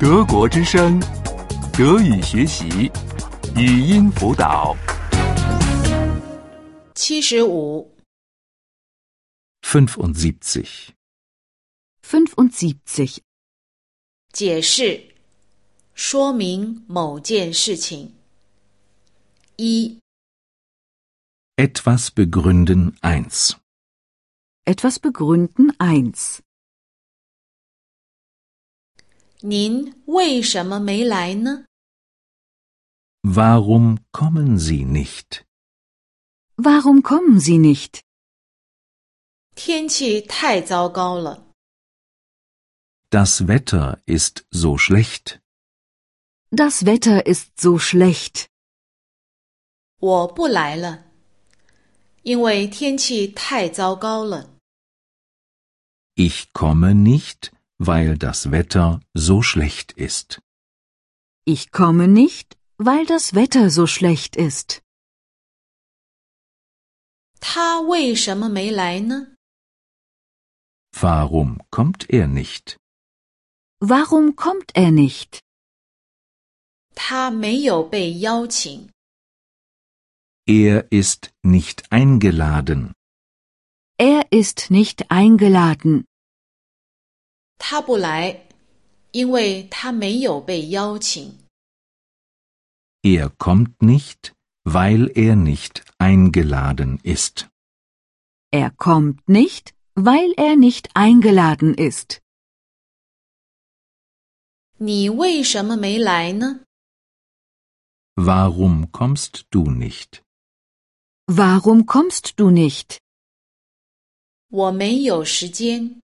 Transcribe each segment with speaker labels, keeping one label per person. Speaker 1: 德国之声，德语学习，语音辅导。
Speaker 2: 七十五，
Speaker 3: 75.
Speaker 4: 75.
Speaker 2: 解释，说明某件事情。一，
Speaker 3: Etwas begründen 1.
Speaker 4: Etwas begründen 1.
Speaker 2: 您为什么没来呢？
Speaker 3: Warum kommen Sie nicht?
Speaker 4: Warum kommen Sie nicht?
Speaker 2: 天气太糟糕了，
Speaker 3: Das Wetter ist so schlecht.
Speaker 4: Das Wetter ist so schlecht.
Speaker 2: 我不来了，因为天气太糟糕了。
Speaker 3: Ich komme nicht, weil das Wetter so schlecht ist.
Speaker 4: Ich komme nicht, weil das Wetter so schlecht ist.
Speaker 2: 他为什么没来呢？
Speaker 3: Warum kommt er nicht?
Speaker 4: Warum kommt er nicht?
Speaker 2: 他没有被邀请，
Speaker 3: Er ist nicht eingeladen.
Speaker 4: Er ist nicht eingeladen.
Speaker 2: 他不来，因为他没有被邀请。
Speaker 3: Er kommt nicht, weil er nicht eingeladen ist.
Speaker 4: Er kommt nicht, weil er nicht eingeladen ist.
Speaker 2: 你为什么没来呢？
Speaker 3: Warum kommst du nicht?
Speaker 4: Warum kommst du nicht?
Speaker 2: 我没有时间。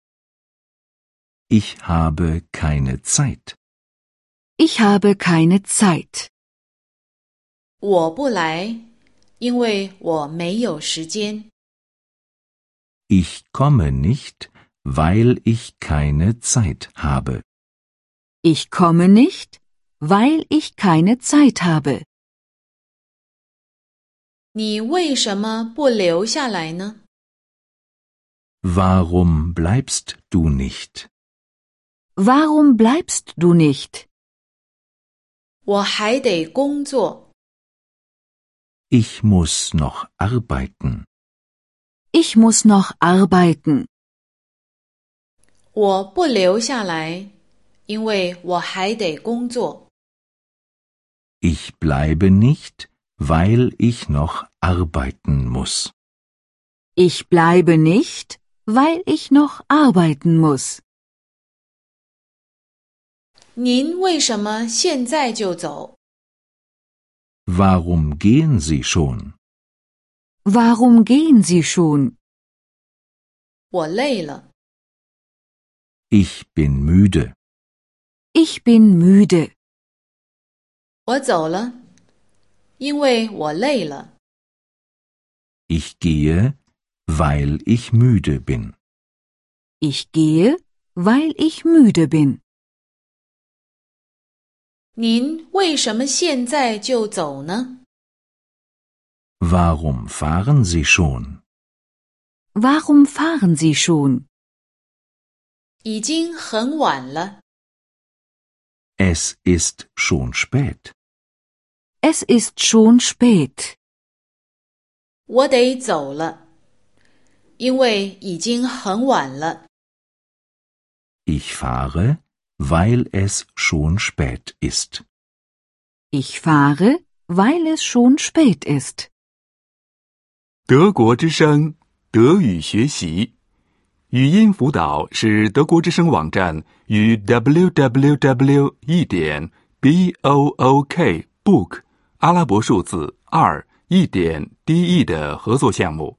Speaker 3: Ich habe keine Zeit.
Speaker 4: Ich habe keine Zeit.
Speaker 2: 我不来，因为我没有时间。
Speaker 3: Ich komme nicht, weil ich keine Zeit habe.
Speaker 4: Ich komme nicht, weil ich keine Zeit habe.
Speaker 2: 你为什么不留下来呢？
Speaker 3: Warum bleibst du nicht?
Speaker 4: Warum bleibst du nicht?
Speaker 2: 我还得工作，
Speaker 3: Ich muss noch arbeiten.
Speaker 4: Ich muss noch arbeiten.
Speaker 2: 我不留下来，因为我还得工作。
Speaker 3: Ich bleibe nicht, weil ich noch arbeiten muss.
Speaker 4: Ich bleibe nicht, weil ich noch arbeiten muss.
Speaker 2: 您为什么现在就走？
Speaker 3: Warum gehen Sie schon?
Speaker 4: Warum gehen Sie schon?
Speaker 2: 我累了，
Speaker 3: Ich bin müde.
Speaker 4: Ich bin müde.
Speaker 2: 我走了，因为我累了。
Speaker 3: Ich gehe, weil ich müde bin.
Speaker 4: Ich gehe, weil ich müde bin.
Speaker 2: 您为什么现在就走呢？
Speaker 3: Warum fahren Sie schon?
Speaker 4: Warum fahren Sie schon?
Speaker 2: 已经很晚了，
Speaker 3: Es ist schon spät.
Speaker 4: Es ist schon spät.
Speaker 2: 我得走了，因为已经很晚了。
Speaker 3: Ich fahre, weil es schon spät ist.
Speaker 4: Ich fahre, weil es schon spät ist.
Speaker 1: 德国之声，德语学习，语音辅导是德国之声网站与 www. 一点 b o o k book 阿拉伯数字二一点 d e 的合作项目。